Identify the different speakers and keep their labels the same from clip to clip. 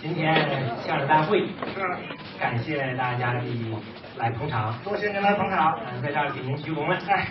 Speaker 1: 今天相声大会，
Speaker 2: 是，
Speaker 1: 感谢大家的来捧场，
Speaker 2: 多谢您来捧场。
Speaker 1: 嗯，在这儿给您鞠躬了。
Speaker 2: 哎，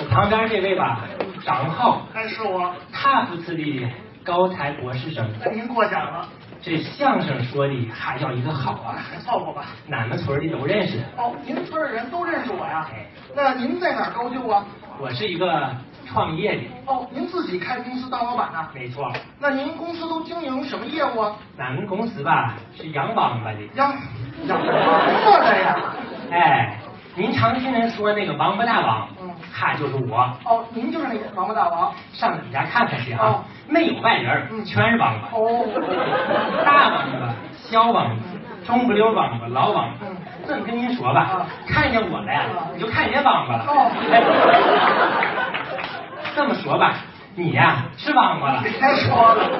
Speaker 1: 我旁边这位吧，张浩，
Speaker 2: 还是我，
Speaker 1: 他不次的高才博士生，
Speaker 2: 那您过奖了，
Speaker 1: 这相声说的还要一个好啊，
Speaker 2: 还凑合吧。
Speaker 1: 俺们村儿的都认识。
Speaker 2: 哦，您村儿的人都认识我呀
Speaker 1: 哎。
Speaker 2: 那您在哪儿高就啊？
Speaker 1: 我是一个创业的，
Speaker 2: 哦，您自己开公司当老板呐、
Speaker 1: 没错，
Speaker 2: 那您公司都经营什么业务啊？
Speaker 1: 俺们公司吧是洋王八的，
Speaker 2: 养养活的呀。
Speaker 1: 哎，您常听人说那个王八大王，
Speaker 2: 嗯
Speaker 1: 他就是我。
Speaker 2: 哦，您就是那个王八大王。
Speaker 1: 上你们家看看去啊，
Speaker 2: 哦
Speaker 1: 没有外人儿，
Speaker 2: 嗯
Speaker 1: 全是王八，
Speaker 2: 哦，
Speaker 1: 大王八、小王八、中不溜王八、老王八
Speaker 2: 嗯。
Speaker 1: 这么跟您说吧，
Speaker 2: 啊
Speaker 1: 看见我了呀，
Speaker 2: 啊
Speaker 1: 你就看人家王八了。
Speaker 2: 哦
Speaker 1: 哎 这么说吧，你呀、是王八了，
Speaker 2: 别说了，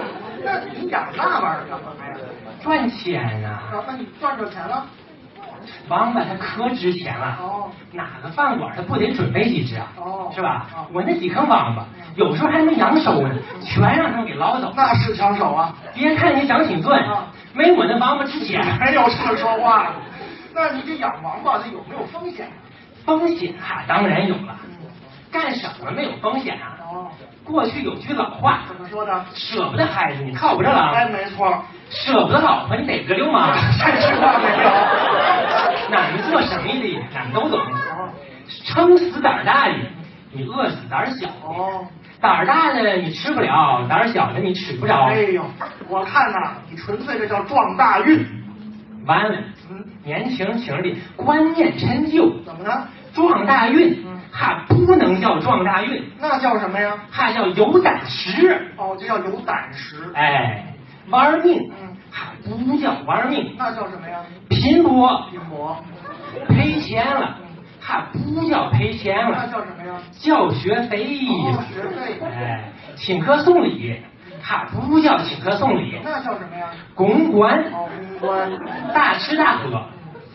Speaker 2: 那你养那玩意儿干嘛呀？
Speaker 1: 赚钱啊！
Speaker 2: 啊，那你赚着钱了？
Speaker 1: 王八它可值钱了、
Speaker 2: 哦
Speaker 1: 哪个饭馆它不得准备几只啊？
Speaker 2: 哦
Speaker 1: 是吧？
Speaker 2: 哦嗯
Speaker 1: 我那几坑王八，有时候还能养熟呢，全让他们给捞走。
Speaker 2: 那是抢手啊。
Speaker 1: 别看你长挺俊
Speaker 2: 啊，
Speaker 1: 没我那王八值钱。
Speaker 2: 没有这么说话的。那你这养王八，它有没有风险？
Speaker 1: 风险啊，当然有了。干什么没有风险啊？
Speaker 2: 嗯哦，
Speaker 1: 过去有句老话，
Speaker 2: 怎么说呢？
Speaker 1: 舍不得孩子你靠不着狼，
Speaker 2: 没错。
Speaker 1: 舍不得老婆你逮个流氓。
Speaker 2: 这句话没有。哦
Speaker 1: 俺们做生意的，俺们都懂。撑死胆儿大的，你饿死胆儿小；
Speaker 2: 哦，
Speaker 1: 胆儿大的你吃不了，胆儿小的你吃不着
Speaker 2: 哎。呦，我看呐、你纯粹这叫撞大运。
Speaker 1: 完了，
Speaker 2: 嗯，
Speaker 1: 年轻轻的观念陈旧，
Speaker 2: 怎么呢？
Speaker 1: 撞大运
Speaker 2: 嗯，
Speaker 1: 还不能叫撞大运，
Speaker 2: 那叫什么呀？
Speaker 1: 还叫有胆识。
Speaker 2: 哦，这叫有胆识。
Speaker 1: 哎，玩命
Speaker 2: 嗯，
Speaker 1: 还不叫玩命，
Speaker 2: 那叫什么呀？
Speaker 1: 拼搏
Speaker 2: 拼搏。
Speaker 1: 赔钱了，还不叫赔钱
Speaker 2: 那
Speaker 1: 了，
Speaker 2: 叫什么呀？
Speaker 1: 叫学费。
Speaker 2: 哦，学费。
Speaker 1: 哎，请客送礼，还不叫请客送礼，
Speaker 2: 那叫什么呀？
Speaker 1: 公关
Speaker 2: 哦，公关。
Speaker 1: 大吃大喝，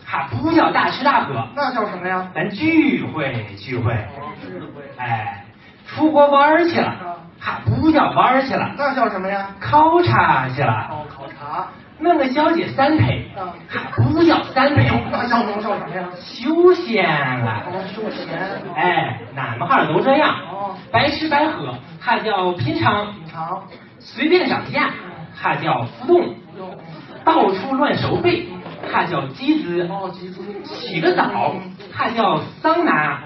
Speaker 1: 还不叫大吃大喝，
Speaker 2: 那叫什么呀？
Speaker 1: 咱聚会聚会，
Speaker 2: 哦，智慧。
Speaker 1: 哎，出国玩儿去
Speaker 2: 嗯
Speaker 1: 了，还不叫玩儿去了，
Speaker 2: 那叫什么呀？
Speaker 1: 考察去了，
Speaker 2: 哦，考察。
Speaker 1: 弄个小姐三陪，
Speaker 2: 嗯
Speaker 1: 还不叫三陪。
Speaker 2: 那叫能叫什么呀？
Speaker 1: 休闲了。
Speaker 2: 哦，休闲。
Speaker 1: 哎，俺们号都这样，
Speaker 2: 哦，
Speaker 1: 白吃白喝，还叫品尝；
Speaker 2: 品尝。
Speaker 1: 随便涨价，
Speaker 2: 嗯
Speaker 1: 还叫浮动；
Speaker 2: 用。
Speaker 1: 到处乱收费，还叫集资；
Speaker 2: 嗯哦，嗯集资。
Speaker 1: 洗个澡，还叫桑拿；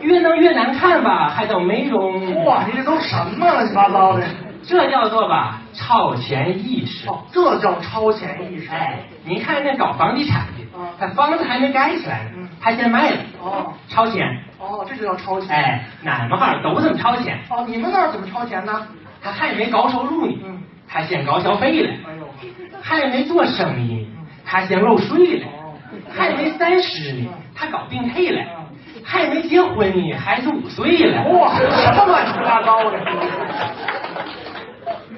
Speaker 1: 越弄越难看吧，还叫美容。
Speaker 2: 哇，你这都什么乱七八糟的？
Speaker 1: 这叫做吧超前意识。
Speaker 2: 哦，这叫超前意识。
Speaker 1: 哎，你看那搞房地产的
Speaker 2: 嗯，
Speaker 1: 他房子还没盖起来呢
Speaker 2: 嗯，
Speaker 1: 他先卖了，
Speaker 2: 哦
Speaker 1: 超前。
Speaker 2: 哦，这就叫超前。
Speaker 1: 哎，俺们号都这么超前。
Speaker 2: 哦，你们那儿怎么超前呢？
Speaker 1: 他还没搞收入呢，
Speaker 2: 嗯
Speaker 1: 他先搞消费了；
Speaker 2: 哎呦，
Speaker 1: 还没做生意呢，他先漏税了；
Speaker 2: 嗯哦，嗯
Speaker 1: 还没三十呢，他搞病退了；还没结婚呢，孩子五岁了。
Speaker 2: 哇，什么乱七八 糟的？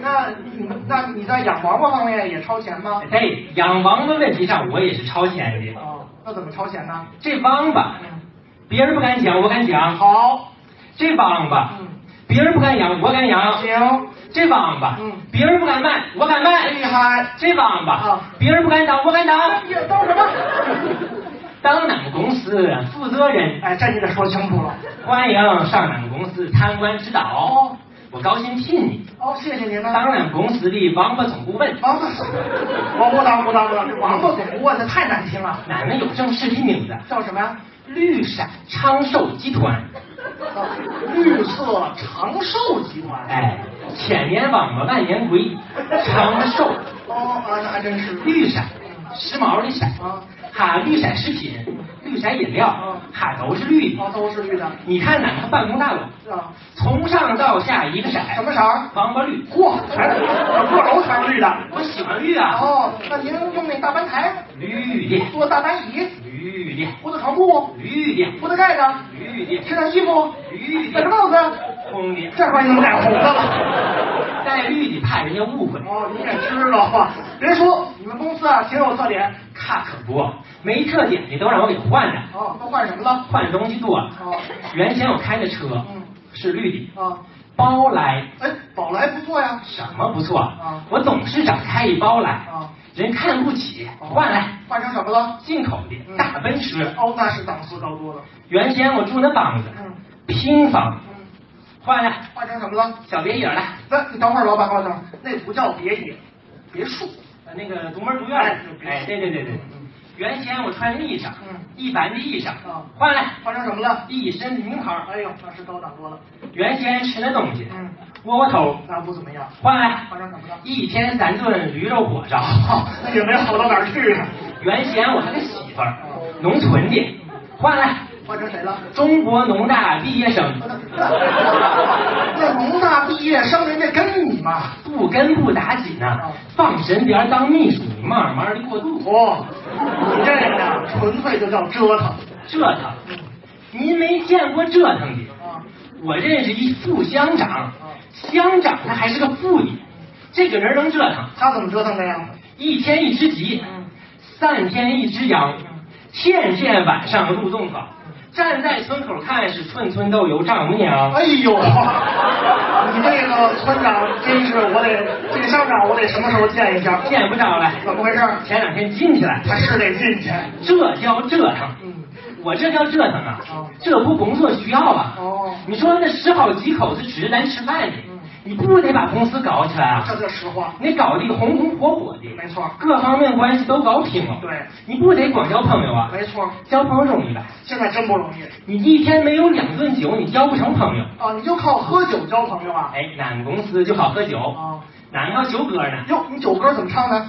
Speaker 2: 那你们那你在养王八方面也超前吗？
Speaker 1: 对，哎养王八问题上我也是超前的。
Speaker 2: 哦，那怎么超前呢？
Speaker 1: 这王八，
Speaker 2: 嗯，
Speaker 1: 别人不敢讲，我敢讲；
Speaker 2: 好，
Speaker 1: 这王八，
Speaker 2: 嗯，
Speaker 1: 别人不敢养，我敢养；
Speaker 2: 行，
Speaker 1: 这王八
Speaker 2: 嗯，
Speaker 1: 别人不敢卖，我敢
Speaker 2: 厉
Speaker 1: 卖；
Speaker 2: 害，
Speaker 1: 这王八
Speaker 2: 啊，
Speaker 1: 别人不敢当，我敢当。
Speaker 2: 也都什么？
Speaker 1: 当俺们公司负责人
Speaker 2: 哎，这你得说清楚了。
Speaker 1: 欢迎上俺们公司参观指导，我高兴聘你
Speaker 2: 哦，谢谢您了。
Speaker 1: 当俺们公司的王八总顾问。
Speaker 2: 王八，啊我不当不当不当，这王八总问的太难听了，
Speaker 1: 俺们有正式的名字，
Speaker 2: 叫什么呀？
Speaker 1: 绿闪昌寿集团。
Speaker 2: 绿色长寿集团。
Speaker 1: 哎，千年王八万年龟，长寿
Speaker 2: 哦啊，那还真是。
Speaker 1: 绿闪，时髦的闪，
Speaker 2: 啊，
Speaker 1: 哈绿闪食品，绿闪饮料，哈都是绿的。
Speaker 2: 哦，都是绿的。
Speaker 1: 你看俺们办公大楼，
Speaker 2: 啊，
Speaker 1: 从上到下一个
Speaker 2: 什
Speaker 1: 闪，
Speaker 2: 么色儿？
Speaker 1: 王八绿。
Speaker 2: 嚯，还是我过楼才是绿的。
Speaker 1: 我喜欢绿啊，
Speaker 2: 哦，那您用那大班台
Speaker 1: 绿的，
Speaker 2: 做大班椅，
Speaker 1: 绿的，
Speaker 2: 铺的床铺，
Speaker 1: 绿的。
Speaker 2: 铺的盖子，
Speaker 1: 绿的，
Speaker 2: 贴上衣服，
Speaker 1: 绿
Speaker 2: 戴上
Speaker 1: 的，
Speaker 2: 帽子，
Speaker 1: 红的，
Speaker 2: 这回你们改红的了。
Speaker 1: 带绿的怕人家误会，
Speaker 2: 哦，你也知道啊。人说你们公司啊挺有特点，
Speaker 1: 看可不，没特点的都让我给换了，
Speaker 2: 哦，都换什么了？
Speaker 1: 换的东西多了。
Speaker 2: 哦，
Speaker 1: 原先我开的车
Speaker 2: 嗯，
Speaker 1: 是绿底，
Speaker 2: 啊，
Speaker 1: 包来
Speaker 2: 哎，宝来不错呀，
Speaker 1: 什么不错
Speaker 2: 啊
Speaker 1: 我总是找开一包来，
Speaker 2: 啊
Speaker 1: 人看不起，
Speaker 2: 哦
Speaker 1: 换来
Speaker 2: 换成什么了？
Speaker 1: 进口的
Speaker 2: 嗯
Speaker 1: 大奔驰。
Speaker 2: 哦，那是档次高多了。
Speaker 1: 原先我住那梆子，
Speaker 2: 嗯
Speaker 1: 平房，
Speaker 2: 嗯，
Speaker 1: 换来
Speaker 2: 换成什么了？
Speaker 1: 小别野了，
Speaker 2: 那你等会儿，老板，我等，那不叫别野，别墅。
Speaker 1: 呃那个独门独院
Speaker 2: 哎
Speaker 1: 的。哎，对对对对，原先我穿的衣裳
Speaker 2: 嗯，
Speaker 1: 一般的衣裳
Speaker 2: 啊，
Speaker 1: 换来
Speaker 2: 换成什么了？
Speaker 1: 一身的名牌。
Speaker 2: 哎呦，那是高档多了。
Speaker 1: 原先吃那东西，
Speaker 2: 嗯，
Speaker 1: 窝窝头，
Speaker 2: 那不怎么样。
Speaker 1: 换来
Speaker 2: 换成什么了？
Speaker 1: 一天三顿驴肉火烧。
Speaker 2: 哦，那也没好到哪儿去啊。
Speaker 1: 原先我还个媳妇
Speaker 2: 哦
Speaker 1: 儿，农村的，换来
Speaker 2: 换成谁了？
Speaker 1: 中国农大毕业生，
Speaker 2: 那农大毕业生，人家跟你嘛。
Speaker 1: 不跟不打紧呐、放神边儿当秘书，慢慢的过渡。
Speaker 2: 哦，你这个呀，纯粹就叫折腾。
Speaker 1: 折腾，您没见过折腾的。
Speaker 2: 啊，
Speaker 1: 我认识一副乡长，乡长他还是个副理，这个人能折腾，
Speaker 2: 他怎么折腾的呀？
Speaker 1: 一天一只鸡，三天一只羊，天天晚上入洞房，站在村口看是寸寸都有啊丈母娘。
Speaker 2: 哎呦，你这个村长真是，我得这个乡长，我得什么时候见一下？
Speaker 1: 见不着了，
Speaker 2: 怎么回事？
Speaker 1: 前两天进去了，
Speaker 2: 他是得进去。
Speaker 1: 这叫折腾。
Speaker 2: 嗯，
Speaker 1: 我这叫折腾啊
Speaker 2: 哦，
Speaker 1: 这不工作需要啊。
Speaker 2: 哦嗯
Speaker 1: 你说那十好几口子指着咱吃饭呢，你不得把公司搞起来啊？
Speaker 2: 这叫实话。
Speaker 1: 你搞得红红火火的，
Speaker 2: 没错
Speaker 1: 各方面关系都搞挺了。
Speaker 2: 对，
Speaker 1: 你不得广交朋友啊？
Speaker 2: 没错，
Speaker 1: 交朋友容易吧？
Speaker 2: 现在真不容易
Speaker 1: 你一天没有两顿酒，你交不成朋友。
Speaker 2: 啊！你就靠喝酒交朋友啊？
Speaker 1: 哎，俺公司就好喝酒，
Speaker 2: 哦
Speaker 1: 俺要酒歌呢。
Speaker 2: 哟，你酒歌怎么唱的？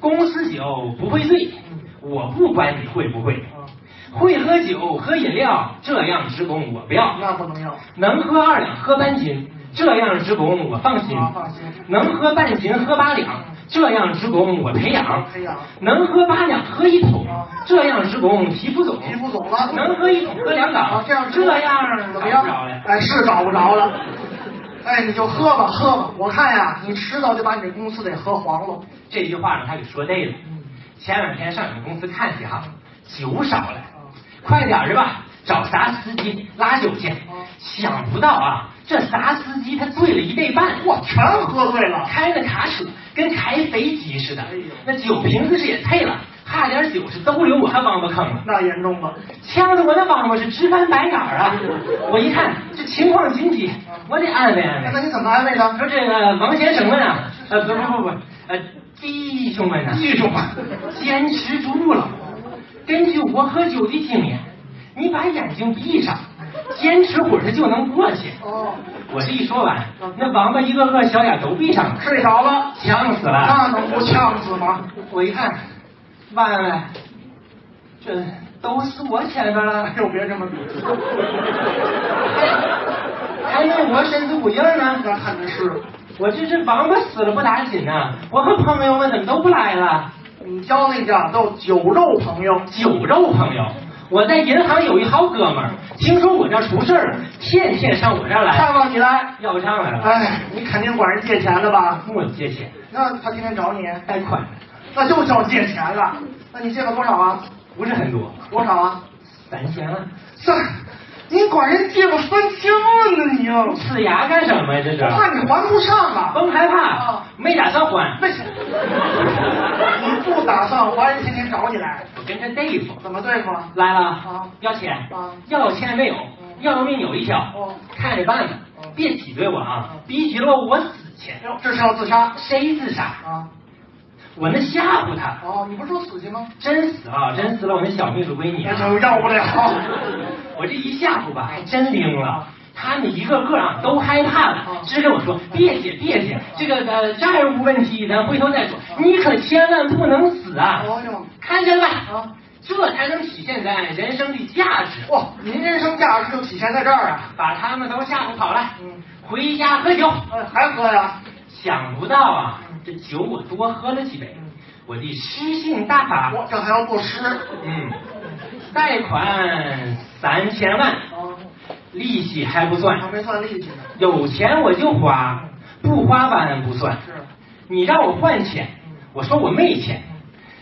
Speaker 1: 公司酒不会醉，
Speaker 2: 嗯
Speaker 1: 我不管你会不会，
Speaker 2: 啊，
Speaker 1: 会喝酒喝饮料，这样职工我不要。
Speaker 2: 那不能要。
Speaker 1: 能喝二两喝半斤，这样职工我放心；
Speaker 2: 啊，放心，
Speaker 1: 能喝半斤喝八两，这样职工我培养；
Speaker 2: 培养
Speaker 1: 能喝八两喝一桶，这样职工皮副总；
Speaker 2: 皮肤肿了。
Speaker 1: 能喝一桶喝两
Speaker 2: 啊
Speaker 1: 缸，，
Speaker 2: 这样啊
Speaker 1: 这样
Speaker 2: 怎么
Speaker 1: 找
Speaker 2: 样
Speaker 1: 不着了？
Speaker 2: 哎，是找不着了。哎，你就喝吧，喝吧。我看呀，你迟早就把你这公司得喝黄了。
Speaker 1: 这句话让他给说累了。
Speaker 2: 嗯
Speaker 1: 前两天上你们公司看去哈，酒少了，快点儿的吧，找啥司机拉酒去。想不到啊，这啥司机他醉了一倍半。
Speaker 2: 哇，全喝醉了。
Speaker 1: 开着卡车跟开飞机似的
Speaker 2: 哎呦，
Speaker 1: 那酒瓶子是也配了，差点酒是都留我还王八坑了，
Speaker 2: 那严重了，
Speaker 1: 呛得我那王八是直翻白眼儿啊！我一看这情况紧急，我得安慰安
Speaker 2: 哎那
Speaker 1: 慰。
Speaker 2: 你怎么安慰
Speaker 1: 我
Speaker 2: 的？
Speaker 1: 说这个王先生们啊，呃，不不不不，呃，弟兄们呐、弟兄们，坚持住了。根据我喝酒的经验，你把眼睛闭上，坚持会儿它就能过去。
Speaker 2: 哦，
Speaker 1: 我这一说完，那王八一个个小眼都闭上了，
Speaker 2: 睡着了，
Speaker 1: 呛死了。
Speaker 2: 那能不呛死吗？
Speaker 1: 我一看，万万，这都是我前边了，
Speaker 2: 哎呦，别这么比，
Speaker 1: 还没我身子骨硬呢。
Speaker 2: 那看的是
Speaker 1: 我这这王八死了不打紧呐、我和朋友们怎么都不来了？
Speaker 2: 你交那叫都酒肉朋友，
Speaker 1: 酒肉朋友，我在银行有一好哥们儿，听说我这出事儿了，天天上我这儿来
Speaker 2: 看望你来。
Speaker 1: 要账来了，
Speaker 2: 哎，你肯定管人借钱的吧？
Speaker 1: 跟我借钱
Speaker 2: 那他天天找你，
Speaker 1: 贷款，
Speaker 2: 那就叫借钱了。那你借了多少啊？
Speaker 1: 不是很多，
Speaker 2: 多少啊？
Speaker 1: 三千万。
Speaker 2: 三，你管人借个三千万呢你啊？
Speaker 1: 呲牙干什么呀？这是
Speaker 2: 怕你还不上啊？
Speaker 1: 甭害怕
Speaker 2: 啊，
Speaker 1: 没打算还。
Speaker 2: 那行，你不打算还人天天找你来，
Speaker 1: 我跟他对付。
Speaker 2: 怎么对付啊？
Speaker 1: 来了，
Speaker 2: 啊
Speaker 1: 要钱，
Speaker 2: 啊
Speaker 1: 要钱没有，要命有一条，
Speaker 2: 哦
Speaker 1: 看着办吧，
Speaker 2: 哦
Speaker 1: 别挤兑我啊，
Speaker 2: 嗯
Speaker 1: 逼急了我死去，
Speaker 2: 哟，这是要自杀
Speaker 1: 谁自杀？
Speaker 2: 啊？
Speaker 1: 我那吓唬他，
Speaker 2: 哦，你不是说死去吗？
Speaker 1: 真死了，真死了，我那小秘书闺女
Speaker 2: 那
Speaker 1: 啊，哦
Speaker 2: 就要不了。
Speaker 1: 我这一吓唬吧，还真灵了。他们一个个啊都害怕了
Speaker 2: 哦，
Speaker 1: 支着我说别姐别姐，这个呃债务问题咱回头再说，你可千万不能死啊！
Speaker 2: 哦哟，
Speaker 1: 看见了吧，
Speaker 2: 啊，
Speaker 1: 这才能体现咱人生的价值。
Speaker 2: 哇，您人生价值就体现在这儿啊！
Speaker 1: 把他们都吓唬跑了，
Speaker 2: 嗯
Speaker 1: 回家喝酒。
Speaker 2: 哎，还喝呀？
Speaker 1: 想不到啊
Speaker 2: 嗯，
Speaker 1: 这酒我多喝了几杯，我的诗性大发。
Speaker 2: 我这还要作诗。
Speaker 1: 啊嗯，贷款三千万，
Speaker 2: 哦，
Speaker 1: 利息还不
Speaker 2: 还
Speaker 1: 算，
Speaker 2: 没算利息呢。
Speaker 1: 有钱我就花，不花完不算。
Speaker 2: 是，
Speaker 1: 你让我换钱，我说我没钱，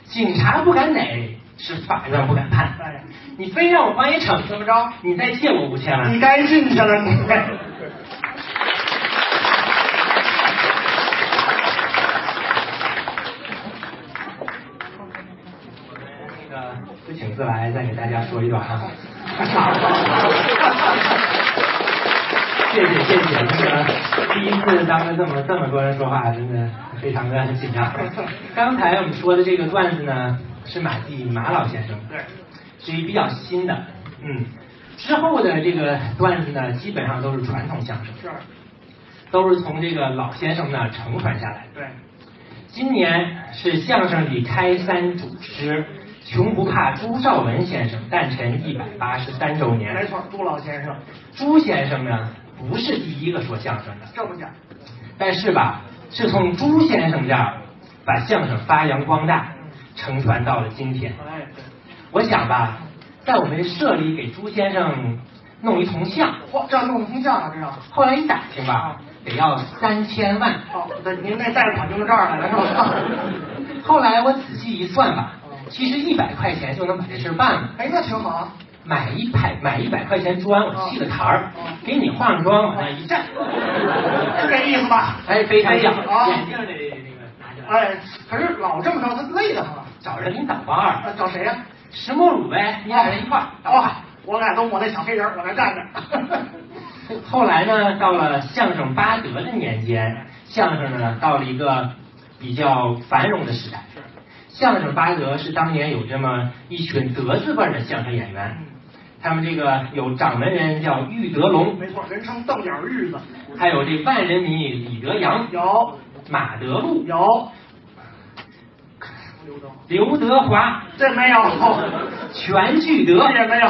Speaker 1: 警察不敢逮，是法院不敢判。
Speaker 2: 哎，
Speaker 1: 你非让我还一成，
Speaker 2: 怎么着？
Speaker 1: 你再借我五千万
Speaker 2: 你，该进去了你。
Speaker 1: 次呃来再给大家说一段啊。谢谢谢谢，这个第一次当着这么这么多人说话，真的非常的紧张。刚才我们说的这个段子呢，是马季马老先生，对，属于比较新的，嗯。之后的这个段子呢，基本上都是传统相声，
Speaker 2: 是，
Speaker 1: 都是从这个老先生那儿承传下来的。
Speaker 2: 对，
Speaker 1: 今年是相声里开山祖师穷不怕朱绍文先生诞辰一百八十三周年。
Speaker 2: 没错，朱老先生，
Speaker 1: 朱先生呢，不是第一个说相声的，
Speaker 2: 这么讲，
Speaker 1: 但是吧，是从朱先生这儿把相声发扬光大，承传到了今天。
Speaker 2: 哎，
Speaker 1: 我想吧，在我们社里给朱先生弄一铜像，
Speaker 2: 对，嚯，这弄风向了，这要。
Speaker 1: 后来一打听吧，得要三千万。
Speaker 2: 哦，对，您那贷款就到这儿来了是吧？
Speaker 1: 后来我仔细一算吧
Speaker 2: 哦，
Speaker 1: 其实一百块钱就能把这事儿办了。
Speaker 2: 哎，那挺好啊。
Speaker 1: 买一百买一百块钱砖，我砌个台儿
Speaker 2: 哦，
Speaker 1: 给你化上妆往那一站，
Speaker 2: 是这意思吧？
Speaker 1: 哎，非常像。
Speaker 2: 啊
Speaker 1: 眼镜得那个拿下来，
Speaker 2: 哎，可是老这么着，他累得慌。
Speaker 1: 找人领导帮二，
Speaker 2: 啊，找谁呀、
Speaker 1: 石墨乳呗，你俩人一块儿。
Speaker 2: 哦，我俩都抹那小黑人儿，我那站着。
Speaker 1: 后来呢，到了相声巴德的年间，相声呢到了一个比较繁荣的时代。相声巴德是当年有这么一群德字辈儿的相声演员，他们这个有掌门人叫玉德龙，
Speaker 2: 没错，人称瞪眼玉子。
Speaker 1: 还有这万人迷李德阳、
Speaker 2: 有
Speaker 1: 马德禄、
Speaker 2: 有，
Speaker 1: 刘德华、
Speaker 2: 这没有，
Speaker 1: 全聚
Speaker 2: 这
Speaker 1: 德、
Speaker 2: 也没有，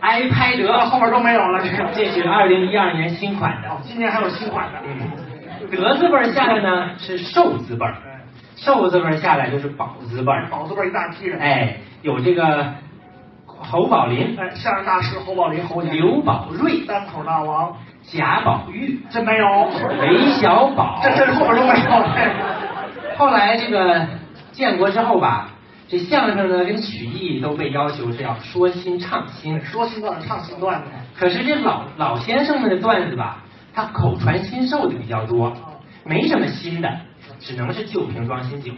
Speaker 1: 挨拍
Speaker 2: 这
Speaker 1: 德，
Speaker 2: 后面都没有了。这个，
Speaker 1: 这是二零一二年新款的
Speaker 2: 哦。，今年还有新款的。
Speaker 1: 嗯，德字辈儿下来呢是寿字辈儿，寿字辈儿下来就是宝字辈儿。
Speaker 2: 宝字辈一大批人。
Speaker 1: 哎，有这个侯宝林、
Speaker 2: 哎，相声大师侯宝林、侯爷，
Speaker 1: 刘宝瑞、
Speaker 2: 单口大王，
Speaker 1: 贾宝玉、
Speaker 2: 这没有，
Speaker 1: 韦小宝。
Speaker 2: 这这后面都没有。哎
Speaker 1: 后来这个建国之后吧，这相声呢跟曲艺都被要求是要说新唱新。
Speaker 2: 说新段子，唱新段子。
Speaker 1: 可是这老老先生们的段子吧，他口传心授的比较多，没什么新的，只能是旧瓶装新酒。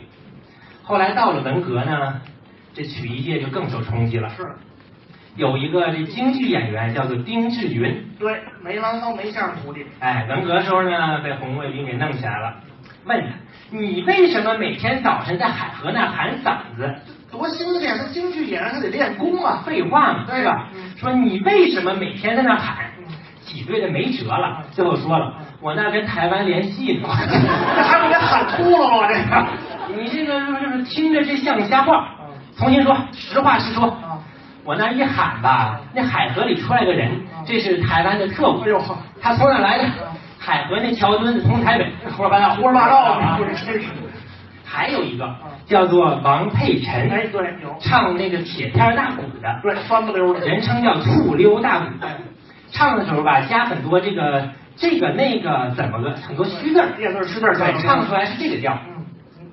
Speaker 1: 后来到了文革呢，这曲艺界就更受冲击了。
Speaker 2: 是，
Speaker 1: 有一个这京剧演员叫做丁志云，
Speaker 2: 对，梅兰芳没相声徒弟，
Speaker 1: 哎，文革时候呢被红卫兵给弄起来了。问他，你为什么每天早晨在海河那喊嗓子？
Speaker 2: 多新鲜！他京剧演员，他得练功 啊。
Speaker 1: 废话嘛，
Speaker 2: 对
Speaker 1: 是吧
Speaker 2: 嗯？
Speaker 1: 说你为什么每天在那喊
Speaker 2: 嗯？
Speaker 1: 挤兑的没辙了，最后说了，我那跟台湾联系呢。
Speaker 2: 这还不给喊秃噜吗？这 个，
Speaker 1: 你这个是不是听着这像瞎话？重新说，实话实说。
Speaker 2: 啊，
Speaker 1: 我那一喊吧，那海河里出来个人，
Speaker 2: 嗯
Speaker 1: 这是台湾的特务。
Speaker 2: 哎呦
Speaker 1: 他从哪来的？海河那桥墩子从台北，胡说八道，
Speaker 2: 胡说八道
Speaker 1: 啊
Speaker 2: 啊！！真是，
Speaker 1: 还有一个叫做王佩臣，
Speaker 2: 哎，对，有，
Speaker 1: 唱那个铁片大鼓的，
Speaker 2: 对，酸不溜的，
Speaker 1: 人称叫醋溜大鼓。唱的时候吧，加很多这个这个那个怎么个很多虚字儿，
Speaker 2: 练字吃字儿，
Speaker 1: 对，唱出来是这个调。
Speaker 2: 嗯，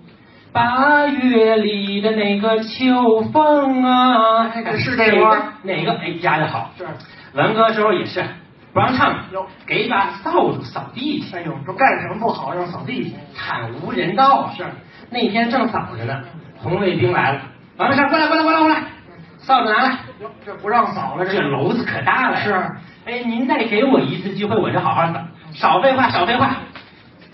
Speaker 1: 八月里的那个秋风啊，
Speaker 2: 哎是这歌儿
Speaker 1: 哪个哎加的好？
Speaker 2: 是，
Speaker 1: 文革时候也是不让唱
Speaker 2: 哟，
Speaker 1: 给一把扫帚扫地去，
Speaker 2: 哎呦，这干什么不好，让扫地去，
Speaker 1: 惨无人道啊！是那天正扫着呢，红卫兵来了，王先生过来过来过来过来，扫帚拿来。
Speaker 2: 哟这不让扫了，
Speaker 1: 这
Speaker 2: 这
Speaker 1: 楼子可大了呀。
Speaker 2: 是啊
Speaker 1: 哎，您再给我一次机会，我就好好的，少废话，少废话，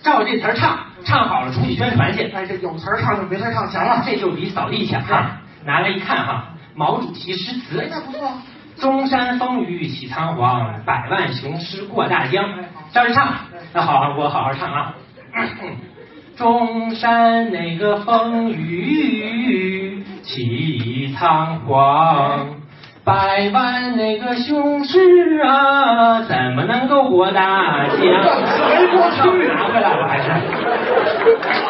Speaker 1: 照这词儿唱，唱好了出去宣传去。
Speaker 2: 哎，这有词儿唱就没词儿唱，强了，
Speaker 1: 啊这就比扫地强啊！拿来一看哈，毛主席诗词
Speaker 2: 嗯哎，那不错，
Speaker 1: “中山风雨起苍黄，百万雄师过大江”，
Speaker 2: 哎
Speaker 1: 照着唱。那好，我好好唱啊。 中山那个风雨起苍黄，百万那个雄师啊，怎么能够过大江？
Speaker 2: 这回过去
Speaker 1: 拿回来了还是？